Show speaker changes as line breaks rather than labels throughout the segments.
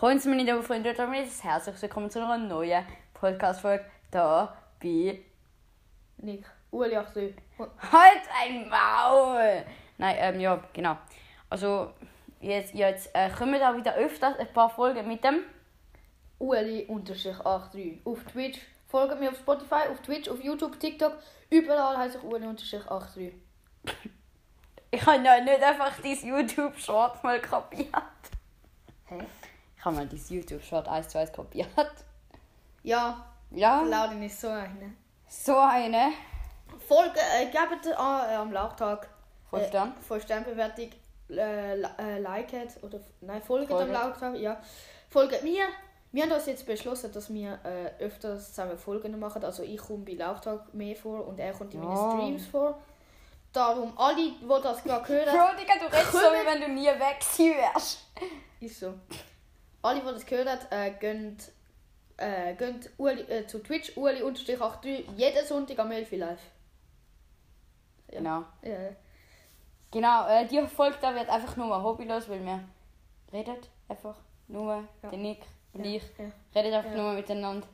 Hallo meine lieben Freunde und damit herzlich willkommen zu einer neuen Podcast-Folge da bei
Nick. Ueli 87.
Halt ein Maul! Nein, ähm, ja, genau. Also, jetzt, jetzt äh, kommen da wieder öfters ein paar Folgen mit dem.
Ueli unterstrich 83. Auf Twitch. Folgt mir auf Spotify, auf Twitch, auf YouTube, TikTok. Überall heiße ich Ueli unterstrich 83.
Ich habe ja nicht einfach dein YouTube-Short mal kopiert.
Hä?
Ich habe mal dein YouTube-Short eins zu eins kopiert.
Ja,
Ja,
Laurin ist so eine.
so eine.
Folge äh, gebt an, äh, am Lauftag.
Fünf Sterne.
Äh, voll Sternbewertung. Äh, li- äh, liket oder nein, folgt am
Folget.
Lauftag, ja. Folgt mir. Wir haben uns jetzt beschlossen, dass wir äh, öfters zusammen Folgen machen. Also ich komme bei Lauftag mehr vor und er kommt in
Ja.
meinen Streams vor. Darum, alle, die das gerade hören,
Bro, Digga, du redest so, wie wenn du nie weg gewesen wärst.
Ist so. Alle, die das gehört haben, äh, gönnt, äh, gönnt Ueli, äh, zu Twitch, Ueli-83, jeden Sonntag am 11 Uhr live. Ja.
Genau.
Äh,
Genau, äh, die Folge da wird einfach nur hobbylos, weil wir reden einfach nur,
Ja.
der Nick und
Ja,
ich
ja.
reden einfach
Ja.
nur miteinander.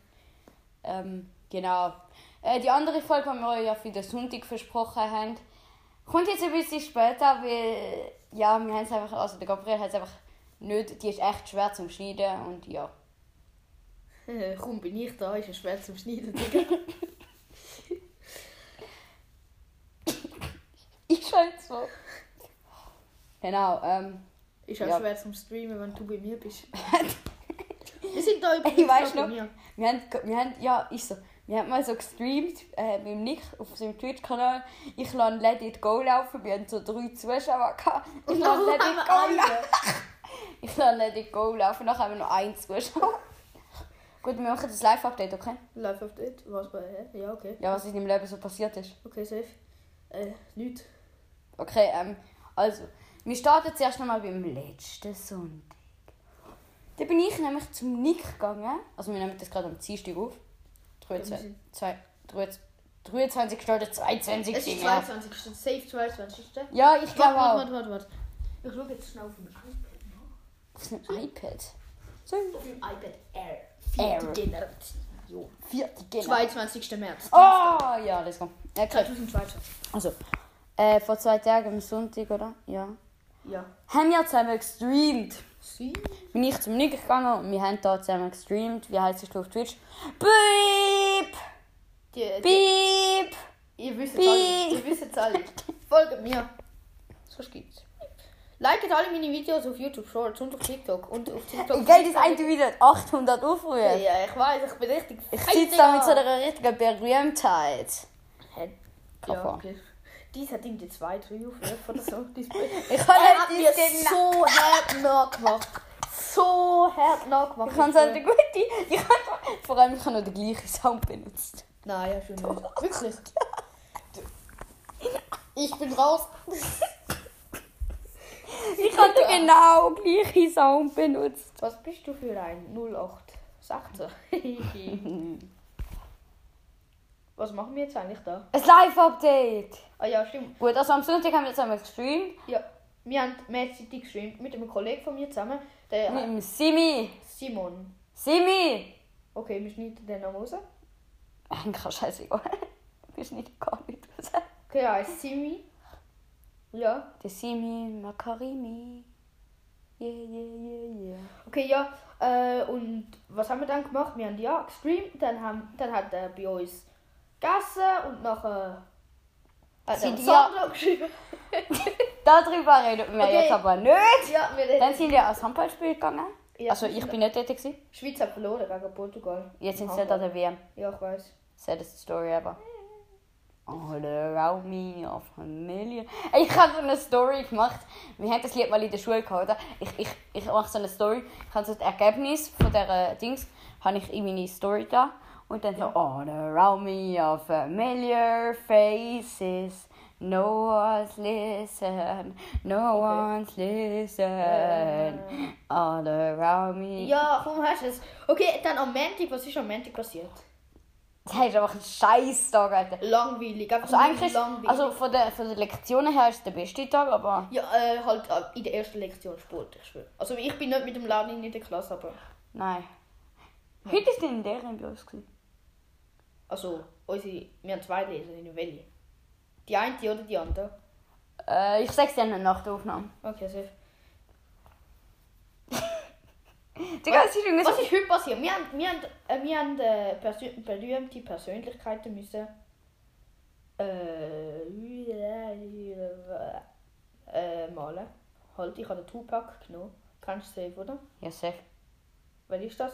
Ähm, genau. Äh, die andere Folge, die wir euch ja für den Sonntag versprochen haben, kommt jetzt ein bisschen später, weil ja, wir haben es einfach, also der Gabriel hat es einfach nicht, die ist echt schwer zum Schneiden und ja.
äh, komm, bin ich da, ist ja schwer zum Schneiden, Digga.
Ist halt so. Genau, ähm,
Ist auch
Ja.
schwer zum Streamen, wenn du bei mir bist. Wir sind da übrigens
Ich weiss
gerade
noch.
mir.
Wir haben, wir haben, ja, ist so. Wir haben mal so gestreamt äh, mit dem Nick auf seinem Twitch-Kanal. Ich lasse Let It Go laufen. Wir haben so drei Zuschauer gehabt. Ich
Und
lasse Let It
dann haben wir
Go
alle.
laufen. Ich lasse Let It Go laufen. Nachher haben wir noch einen Zuschauer. Gut, wir machen das Live-Update, okay?
Live Update, was bei, hä? Ja, okay.
Ja, was in deinem Leben so passiert ist.
Okay, safe. Äh, nichts.
Okay, ähm, also. Wir starten zuerst nochmal beim letzten Sonntag. Da bin ich nämlich zum Nick gegangen. Also, wir nehmen das gerade am Dienstag auf. 23. 23. oder 22.
Es ist 22. Safe 22. Warte,
Ja, ich glaube auch.
warte, warte, warte.
Genau.
Ich schau jetzt schnell auf dem iPad.
Auf dem iPad. So,
Auf dem iPad Air.
Air.
Vierte Generation.
vierte Genau.
22. März.
Oh, ja, let's go. Okay.
2022.
Also, äh, vor zwei Tagen am Sonntag, oder? Ja.
Ja.
Haben wir zusammen gestreamt.
Sie?
Bin ich zum Nick gegangen und wir haben da zusammen gestreamt. Wie heißt du auf Twitch? Beep!
Die, die,
Beep!
ihr wisst es alle.
Piep.
Ihr wisst es alle. Folgt mir.
So gibt's.
Liket alle meine Videos auf YouTube Shorts und auf TikTok. Und auf TikTok.
Geld ist ein Video hat 800
Ja,
Aufrufe.
ich weiß, ich bin richtig.
Ich
fett,
sitze da
Digga.
mit so einer richtigen Berühmtheit.
Hä?
Kappa.
Ja, okay. Dies hat ihm die zwei, drei Aufrufe oder so. Dies-
Ich kann
er Äh, hat
halt
mir
das genau.
so hart nachgemacht. So hart nachgemacht.
Ich kann es halt gut. Ich ich kann, vor allem, ich habe noch den gleichen Sound benutzt.
Nein, ja, schon nicht. Wirklich. Ich bin raus.
Ich habe den genau gleichen Sound benutzt.
Was bist du für ein 0816? Was machen wir jetzt eigentlich da?
Ein Live-Update.
Ah ja, stimmt.
Gut, also am Sonntag haben wir zusammen gestreamt.
Ja, wir haben Mad City gestreamt mit einem Kollegen von mir zusammen, der
Mit dem Simi.
Simon.
Simi!
Okay, wir schneiden den noch raus.
Eigentlich scheißegal. Wir schneiden gar nicht raus.
Okay, er heißt Simi. Ja.
Der Simi Makarimi. Yeah, yeah, yeah, yeah.
Okay, ja. Äh, und was haben wir dann gemacht? Wir haben ja gestreamt, dann, haben, dann hat er bei uns gegessen und nachher hat er
Sind
einen
wir-
Song noch geschrieben.
Darüber reden wir
Okay.
jetzt aber nicht.
Ja, wir reden-
Dann sind wir ans Handballspiel gegangen.
Ja.
Also ich bin nicht dort. Gewesen.
Schweiz hat verloren gegen Portugal.
Jetzt sind sie an der WM.
Ja, ich weiß.
Saddest Story ever. Alle Raum meiner Familie. Ey, Ich habe so eine Story gemacht. Wir haben das Lied mal in der Schule gehabt, oder? Ich, ich, ich mache so eine Story. Ich habe so das Ergebnis von dieser eh, Dings habe ich in meine Story da. Und dann so, all oh, around me are familiar faces. No one's listen, no one's listen. All around me.
Ja, komm, hast du es. Okay, dann am Montag, was ist am Montag passiert?
Du hast einfach einen scheiß Tag, Alter.
Langweilig. Einfach
Also
nur
eigentlich, ist-
langweilig.
also von der, von der Lektionen her ist der beste Tag, aber
ja, äh, halt äh, in der ersten Lektion Sport, ich schwöre. Also ich bin nicht mit dem Lernen in der Klasse, aber...
nein. Heute ist in der bei uns. gewesen.
Also, unsere, wir haben zwei Leser in der Welle. Die eine oder die andere.
Äh, ich sag's dir nicht nach der Aufnahme.
Okay, safe.
Digga, es ist irgendwie so...
Was ist heute passiert? Wir haben, wir haben, äh, wir haben äh, persö berühmte Persönlichkeiten müssen. Äh, äh, malen. Halt, ich habe den Tupac genommen. Kennst du safe, oder?
Ja, safe.
Wer ist das?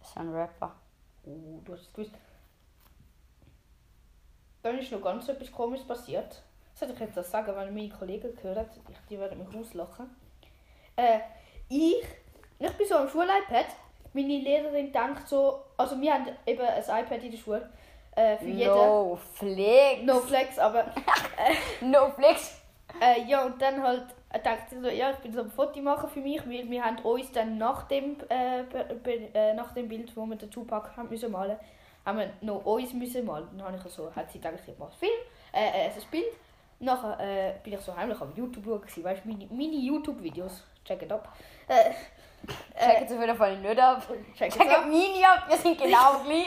Das ist ein Rapper.
Uh, du hast es gewusst. Dann ist noch ganz etwas Komisches passiert. Das hätte ich jetzt das sagen, wenn meine Kollegen gehört, ich, die werden mich auslachen. Äh, ich, ich bin so am Schul-iPad. Meine Lehrerin denkt so, also wir haben eben ein iPad in der Schule. Äh, für jeden.
No Flex.
No flex, aber
No Flex.
äh, ja, und dann halt äh, denkt sie so, ja, ich bin so ein Foto machen für mich, weil wir haben uns dann nach dem, äh, be- be- äh, nach dem Bild, wo wir den Tupac haben müssen malen, haben wir noch uns müssen malen. Dann habe ich so, hat sie gedacht, ich mache einen Film, äh, äh, also ein Bild. Nachher äh, bin ich so heimlich auf YouTube schauen, gewesen, weißt du, meine, meine YouTube-Videos, check it up. Äh,
Check jetzt auf jeden Fall nicht ab.
check it
Check
up.
ab meine ab, wir sind genau gleich.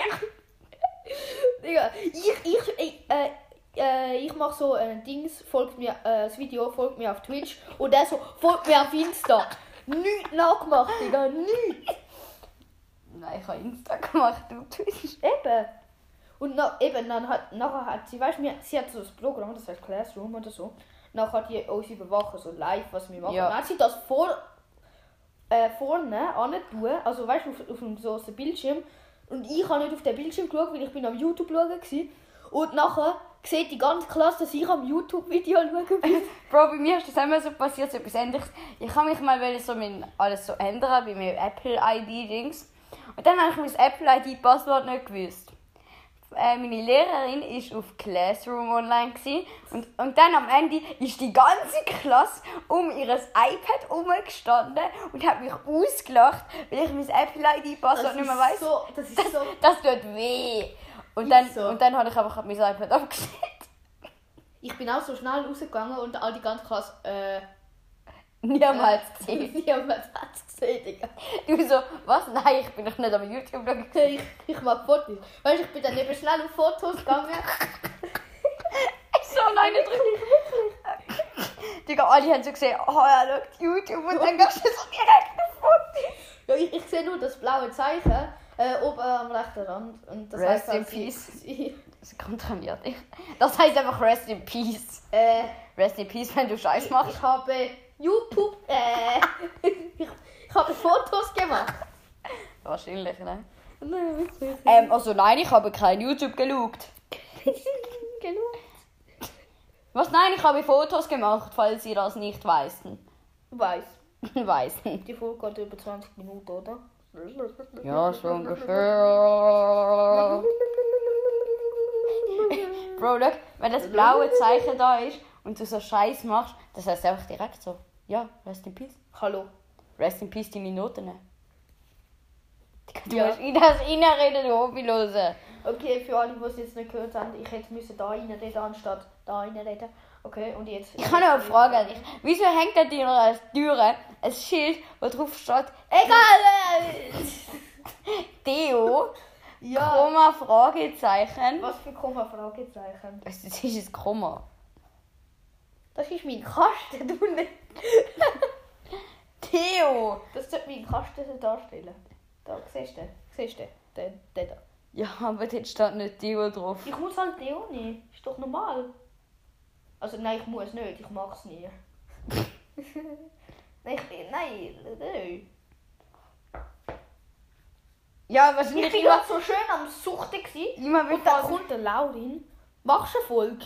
Digga, ich, ich, ich, äh, äh, ich mach so ein Dings, folgt mir, äh, das Video folgt mir auf Twitch und der so, folgt mir auf Insta. Nichts nachgemacht, Digga, nichts.
Nein, ich habe Insta gemacht, du Twitch.
Eben. Und na, eben, dann hat, nachher hat sie, weißt du, wir- sie hat so ein Programm, das heißt Classroom oder so. Nachher hat die uns überwachen, so live, was wir machen.
Ja.
Dann hat sie das vor, äh, vorne an tun, also weißt du, auf, auf einem großen Bildschirm. Und ich habe nicht auf den Bildschirm geschaut, weil ich bin am YouTube schauen war. Und nachher sieht die ganze Klasse, dass ich am YouTube-Video schauen bin.
Bro, bei mir ist das immer so passiert, so etwas ähnliches. Ich habe mich mal wollte so mein, alles so ändern bei meinem Apple-ID-Dings. Und dann habe ich mein Apple-ID-Passwort nicht gewusst. Äh, meine Lehrerin ist auf Classroom online gewesen. und, und dann am Ende ist die ganze Klasse um ihr iPad herumgestanden und hat mich ausgelacht, weil ich mein Apple-ID-Passwort Also nicht mehr weiss.
so, das ist so
Das tut weh. Und
Ist
dann,
so.
und dann habe ich einfach mein iPad abgeschickt.
Ich bin auch so schnell rausgegangen und all die ganze Klasse, äh,
Niemals gesehen.
niemand hat es halt gesehen, Digga.
Du so, was? Nein, ich bin doch nicht am YouTube schauen.
Ich, ich mag Fotos. Weißt du, ich bin dann eben schnell auf Fotos gegangen.
So, nein, nicht richtig. Digga, alle haben so gesehen, oh, er schaut YouTube und dann gabst du so direkt ein Foto.
Ja, ich, ich sehe nur das blaue Zeichen äh, oben am rechten Rand. Und das
Rest
heißt, also,
in
dass sie-
peace.
sie-
Das kontrolliert dich. Das heisst einfach Rest in Peace.
äh,
Rest in Peace, wenn du Scheiß machst.
ich habe YouTube. Äh, ich, ich habe Fotos gemacht.
Wahrscheinlich, ne?
Nein, wirklich.
Ähm, also nein, ich habe kein YouTube geschaut.
genau.
Was? Nein, ich habe Fotos gemacht, falls ihr das nicht weißen.
Du weißt,
weißen.
die Folge geht über 20 Minuten, oder?
Ja, so ungefähr. Bro, schau, wenn das blaue Zeichen da ist und du so Scheiß machst, das heißt einfach direkt so. Ja, rest in peace.
Hallo.
Rest in peace deine Noten. Digga, Du
Ja.
musst in das reinreden, du Hobbylose.
Okay, für alle, die es jetzt nicht gehört haben, ich hätte müssen da reinreden anstatt da reinreden. Okay, und jetzt.
Ich habe noch eine Frage an dich. Wieso hängt an deiner Türe ein Schild, wo drauf steht
Egal! äh,
Deo,
Ja!
Komma, Fragezeichen?
Was für Komma Fragezeichen?
Das ist ein Komma.
Das ist mein Kasten, du nicht.
Theo!
Das sollte mein Kasten so darstellen. Da, siehst du? Siehst du? Den, den da.
Ja, aber dort steht nicht Theo drauf.
Ich muss halt den ohne. Ist doch normal. Also nein, ich muss nicht. Ich mach's nie. nein, ich, nein, nein.
Ja,
Ich
wahrscheinlich
bin
immer,
gerade so schön am Suchten gewesen.
immer
Und dann
bevor...
kommt der Laurin. Machst du eine Folge?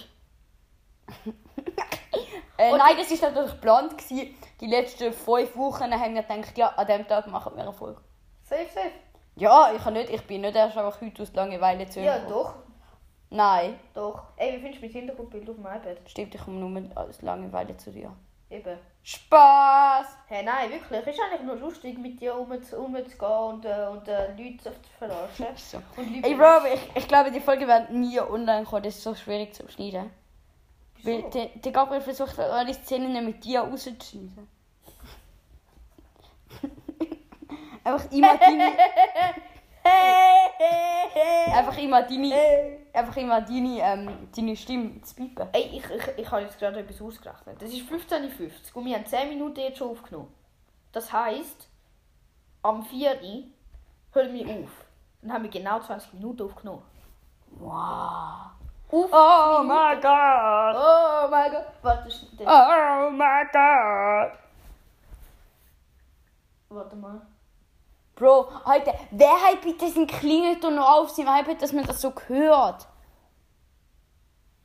Äh,
Und-
nein, das war natürlich geplant. Gewesen. Die letzten fünf Wochen haben wir gedacht, ja, an diesem Tag machen wir eine Folge.
Safe, safe.
Ja, ich kann nicht, ich bin nicht erst einfach heute aus Langeweile zu
Ja,
euch gekommen.
doch.
Nein,
Doch. Ey, wie findest du mein Hintergrundbild auf dem iPad?
stimmt, ich komme nur aus Langeweile zu dir.
Eben.
Spaß!
Hey, nein, wirklich. Ist eigentlich nur lustig, mit dir rumzu- rumzugehen und, äh, und äh, Leute zu verarschen.
So.
Und Leute
Ey, Bro, ich, ich glaube, die Folge wird nie online kommen. Das ist so schwierig zu schneiden. Weil
Wieso?
der, der Gabriel versucht, alle Szenen mit dir rauszuschneiden. einfach immer deine. einfach immer deine. Einfach immer deine, ähm, deine Stimme zu piepen.
Ey, ich, ich, ich habe jetzt gerade etwas ausgerechnet. Es ist 15.50 Uhr und wir haben 10 Minuten jetzt schon aufgenommen. Das heisst, am 4. Uhr hören wir auf. Dann haben wir genau 20 Minuten aufgenommen.
Wow.
Auf
Oh mein Gott!
Oh mein Gott! Warte, schnell.
Oh mein Gott!
Warte mal.
Bro, Alter, wer hat bitte diesen Klingelton noch auf seinem iPad, dass man das so hört?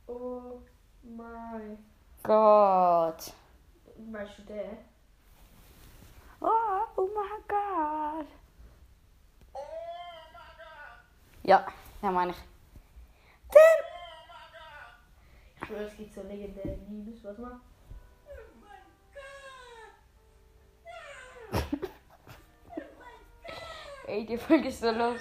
Oh mein.
Gott.
Weißt du den?
Oh, oh mein Gott. Ja, den meine ich. Den.
Ich schwöre, es gibt so legendäre Memes. Warte mal.
Ey, die Folge ist so los.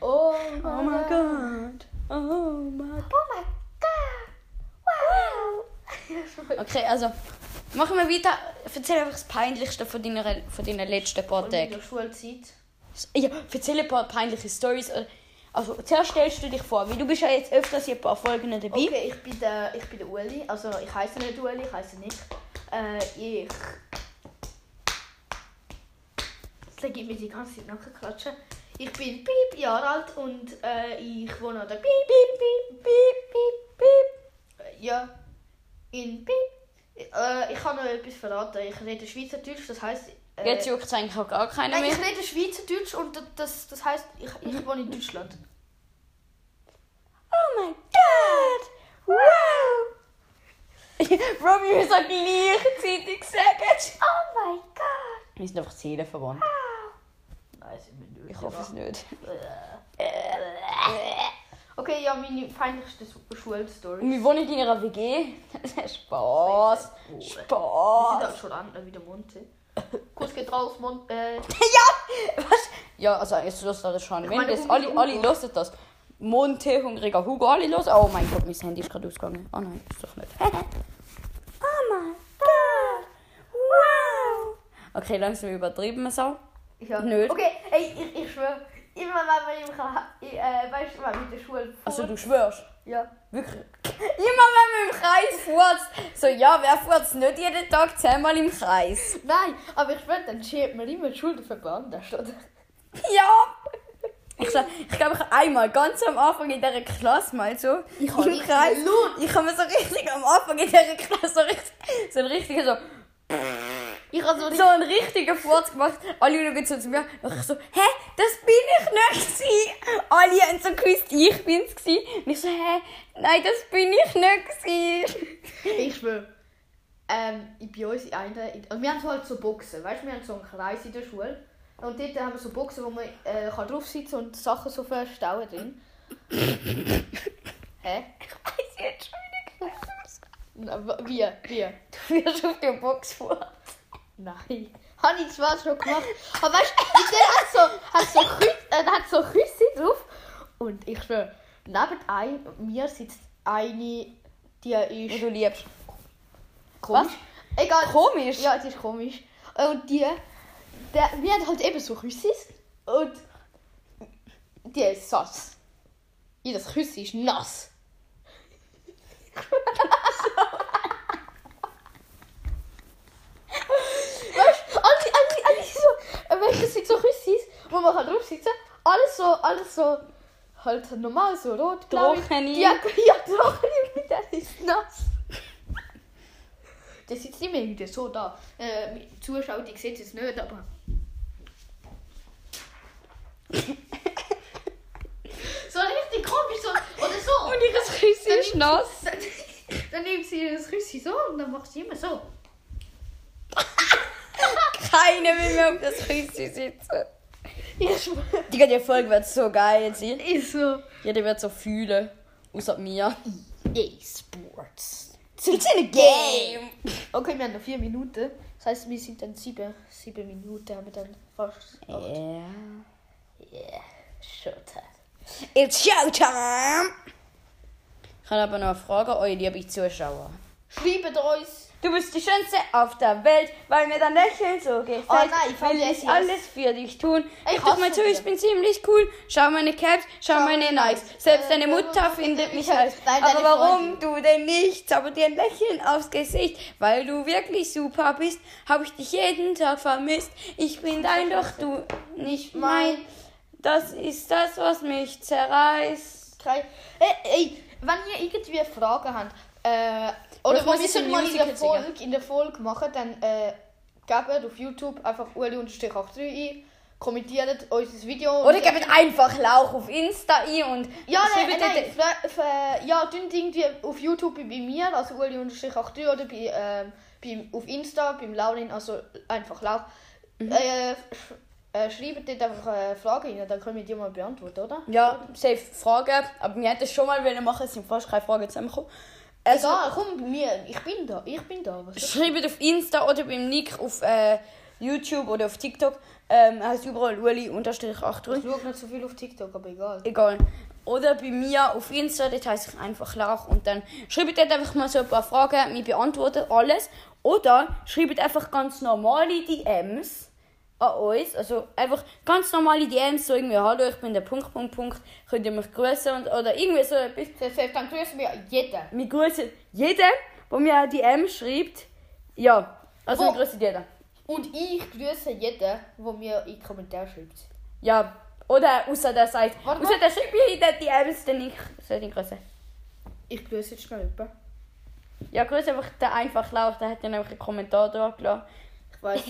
Oh
Oh mein Gott. Oh mein Gott.
Oh mein Gott! Wow!
Okay, also, machen wir weiter. Erzähl einfach das Peinlichste von deinen von deiner letzten paar
Und in
Tagen.
der Schulzeit.
Ja, erzähl ein paar peinliche Stories. Also, zuerst stellst du dich vor, weil du bist ja jetzt öfters in ein paar Folgen dabei.
Okay, ich bin der, ich bin der Ueli. Also ich heiße nicht Ueli, ich heiße nicht. Äh, ich. Das gibt mir die ganze Zeit nachklatschen. Ich bin piep Jahre alt und äh, ich wohne an der piep piep piep piep piep piep. Äh, Ja, in piep. Äh, ich kann noch etwas verraten. Ich rede Schweizerdeutsch, das heißt. Äh,
Jetzt juckt es eigentlich auch gar keiner
Nein,
mehr.
ich rede Schweizerdeutsch und das- das, das heißt, ich, ich wohne in Deutschland.
Oh mein Gott! Wow! Bro, wir müssen auch gleichzeitig sagen.
Oh Ah. mein Gott!
Wir sind einfach seelenverwandt.
Nein, sind wir nicht.
Ich hoffe es nicht.
Okay, ja, meine peinlichste Su- Schulstory.
Und wir wohnen in einer WG. Spaß.
Wir sind
Spaß.
auch halt schon an, wieder Monte. Kuss geht raus, Monte. Äh,
ja! Was? Ja, also jetzt hört das schon. Wenn
meine,
das
Hugo,
alle,
Hugo.
alle hören das. Monte, hungriger Hugo, alle los. Oh mein Gott, mein Handy ist gerade ausgegangen. Oh nein, ist doch nicht. oh mein Gott! Wow! Okay, langsam übertrieben wir es auch.
ja.
Nicht.
Okay, ey, ich, ich schwöre, immer wenn wir im Ka- äh, weißt du, wenn mit der Schule
Also
fuhr-
du schwörst.
Ja.
Wirklich. Immer wenn man im Kreis furzt. So, ja, wer furzt nicht jeden Tag zehnmal im Kreis?
Nein, aber ich schwöre, dann schiebt man immer die Schulter verbannt, oder?
Ja! Ich, sag- ich glaube, ich habe einmal ganz am Anfang in dieser Klasse mal so ich
hab richtig
Ich habe mir so richtig am Anfang in dieser Klasse so, richtig, so ein richtiger so,
Ich habe so
so einen richtigen Furz gemacht. Alle schauen so zu mir. Und ich so, hä, das bin ich nicht gewesen. Alle haben so gewusst, ich bin es gewesen. Und ich so, hä, nein, das bin ich nicht gewesen.
Ich schwöre. Ähm, ich bei uns in einer. in- Also wir haben so halt so Boxen, weißt du, wir haben so einen Kreis in der Schule. Und dort haben wir so Boxen, wo man äh, kann drauf sitzen und Sachen so verstauen drin. Hä?
Ich weiß jetzt schon wieder nicht.
Na, w- wie? Wie?
Du wirst auf der Box vor.
Nein. Habe ich zwar schon gemacht. Aber weißt du, mit der hat so, hat so, Küsse, äh, hat so Küsse drauf. Und ich schwöre, neben ein, mir sitzt eine, die ist.
Du liebst.
Komisch. Egal.
Komisch?
Ja, es ist komisch. Und die, der, wir haben halt eben so Küssis und die ist sass. Jedes Küssi ist nass. weißt du, alle, alle, alle so, äh, welche sind so Küssis, wo man halt kann drauf sitzen, alles so, alles so, halt normal so rot, glaub ich.
Trockene.
Ja, ja, trockene, mit der ist nass. Der sitzt nicht mehr wieder so da. Äh, die Zuschauer, die sehen es nicht, aber. so richtig komisch, so, oder so.
Und ihre Küsse ist nass.
Dann, dann nimmt sie das Rüssi so und dann macht sie immer so.
keiner will mehr auf das Küsschen sitzen.
Ich schwöre.
Digga, die Folge wird so geil sein.
Ist so.
Jeder wird so fühlen. Außer mir.
E-Sports.
It's in a game!
Okay, wir haben noch vier Minuten. Das heißt, wir sind dann sieben, sieben Minuten, haben wir dann fast. acht.
Yeah.
Yeah, Showtime.
It's showtime! Ich habe aber noch eine Frage, eure liebe Zuschauer.
Schreibt uns.
Du bist die Schönste auf der Welt, weil mir dein Lächeln so gefällt.
Oh nein, ich hab
will
jetzt
ich alles für dich tun.
Ich
Gib doch mal zu,
hasse
ich
dich.
bin ziemlich cool. Schau meine Caps, schau, meine Nikes. Selbst
Äh,
deine Mutter findet mich heiß.
Nein, deine
Aber warum du denn nicht? Zauber dir ein Lächeln aufs Gesicht, weil du wirklich super bist. Hab ich dich jeden Tag vermisst. Ich bin dein, doch du nicht mein. Das ist das, was mich zerreißt.
Kein- Ey, ey, wenn ihr irgendwie Fragen habt, äh, oder
Das
wo
muss
wir
ich
sollen
im
mal in der,
Musical singen.
Folge, in der Folge machen, dann äh, gebt auf YouTube einfach uli-83 ein, kommentiert unser Video.
Oder
und-
gebt einfach Lauch auf Insta ein und
ja, nein,
schreibt
nein,
dort-
nein, fra- fra- ja, tun irgendwie auf YouTube bei mir, also uli-83 oder bei, ähm, beim, auf Insta, beim Laurin, also einfach Lauf.
Mhm.
Äh, sch äh, schreibt dort einfach äh, Fragen rein, dann können wir die mal beantworten, oder?
Ja, safe Fragen. Aber wir hätten es schon mal wollen machen, es sind fast keine Fragen zusammengekommen. Also,
Ja, komm bei mir, ich bin da, ich bin da. Was
schreibt auf Insta oder beim Nick auf äh, YouTube oder auf TikTok. Ähm, heißt überall Uli unterstrich 83.
Ich schaue nicht so viel auf TikTok, aber egal.
Egal. Oder bei mir auf Insta, dort heiße ich einfach Lauch. Und dann schreibt dort einfach mal so ein paar Fragen, wir beantworten alles. Oder schreibt einfach ganz normale DMs an uns. Also einfach ganz normale DMs, so irgendwie, hallo, ich bin der Punkt, Punkt, Punkt. Könnt ihr mich grüßen? Und, oder irgendwie so etwas.
Das heißt, dann grüßen wir jeden.
Wir grüßen jeden, der mir eine DM schreibt. Ja, also
Oh.
wir grüßen jeden.
Und ich grüße jeden, der mir in die Kommentare schreibt.
Ja, oder außer der sagt,
Warte mal.
außer der schreibt mir in den DMs, dann ich soll ich ihn grüßen.
Ich grüße jetzt schnell jemanden.
Ja, grüß einfach den einfach Lauch, der hat ja nämlich einen Kommentar da gelassen.
Ich weiß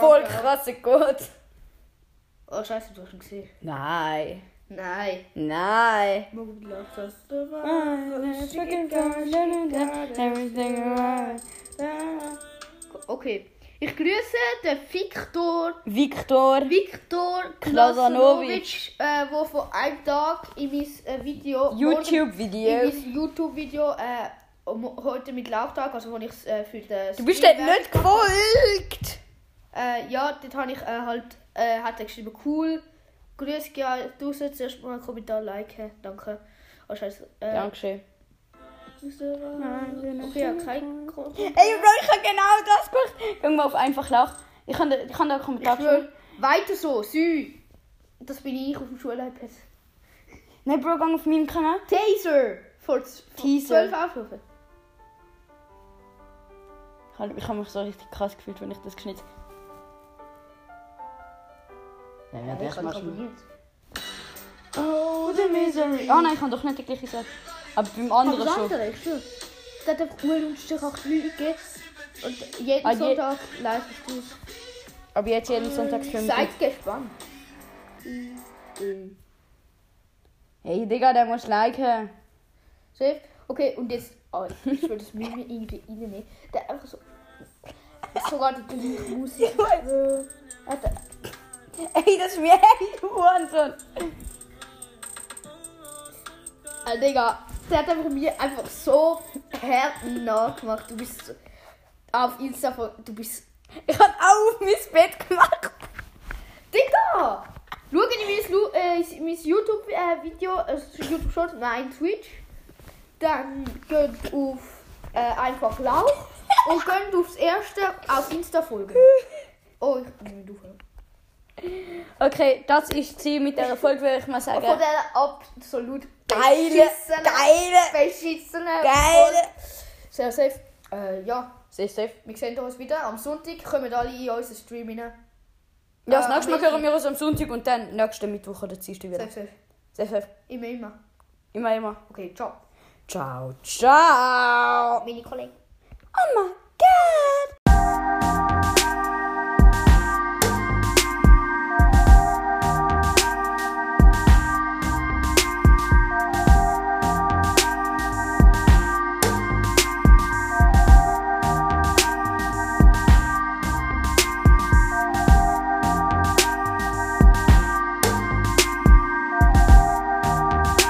Voll krass gut.
Oh, Scheiße, du hast ihn gesehen.
Nein.
Nein.
Nein.
Morgen lacht das. Okay. Ich grüße den Viktor.
Viktor.
Viktor
Klasanovic.
Klasanovic, äh, der vor einem Tag in mein äh, Video.
YouTube-Video.
In mein YouTube-Video äh, um- heute mit Lauftag, also wo ich es äh, für das.
Du bist dort nicht gefolgt.
Äh, ja, dort habe ich äh, halt äh, hat er geschrieben, cool. Grüß gehen raus, zuerst mal einen Kommentar liken, danke. Oh scheiße. Äh,
Dankeschön.
Okay, ja, kein Kommentar.
Ey, Bro, ich habe genau das gemacht. Guck mal auf einfach Lauch. Ich kann da, ich kann da einen Kommentar
Ich schwör,
schreiben.
weiter so, Sü. Das bin ich auf dem Schul-iPad.
Nein, Bro, gang auf meinen Kanal.
Taser! Vor z- vor
Teaser.
12 Aufrufe.
Ich habe ich hab mich so richtig krass gefühlt, wenn ich das geschnitten habe. Nein,
Ja, ich habe dich abonniert.
Oh, the misery. Oh nein, ich kann doch nicht die gleiche sagen. Aber beim anderen
Aber das
schon.
andere, ich schwör. Es hat einfach cool und Stück auch Leute gegeben. Und jeden
Ah, je-
Sonntag live auf Twitch.
Aber jetzt jeden Sonntag streamen.
Seid gespannt.
Hey, Digga, der muss liken.
Safe. Okay, und jetzt. Oh, ich will das Meme irgendwie reinnehmen. Der einfach so. Sogar die gleiche Musik.
Ich weiß.
Äh, Alter,
Ey, das ist mir echt Hurensohn.
Alter, Äh, Digga, der hat einfach mir einfach so hart nachgemacht. Du bist so. Auf Insta von. Du bist.
Ich hab auch auf mein Bett gemacht.
Digga! Schau in mein, Lu- äh, mein YouTube-Video, äh, YouTube-Short, nein, Twitch. Dann geht auf äh, einfach Lauch und geht aufs erste auf Insta folgen. Oh, ich bin nicht aufhören.
Okay, das ist sie mit dieser Folge, würde ich mal
Von
sagen.
der absolut
Geile,
beschissenen-
geile,
beschissenen
geile.
Folge. Sehr safe. Äh, ja,
Safe, safe.
wir sehen uns wieder. Am Sonntag kommen alle in unseren Stream rein.
Ja, das
Ah,
nächste Mal
richtig.
hören wir uns am Sonntag und dann nächsten Mittwoch oder Dienstag wieder.
Safe, safe.
Äh, Safe, safe.
Immer, immer.
Immer, immer.
Okay, ciao.
Ciao, ciao.
Mini Kollegen.
Oh my god.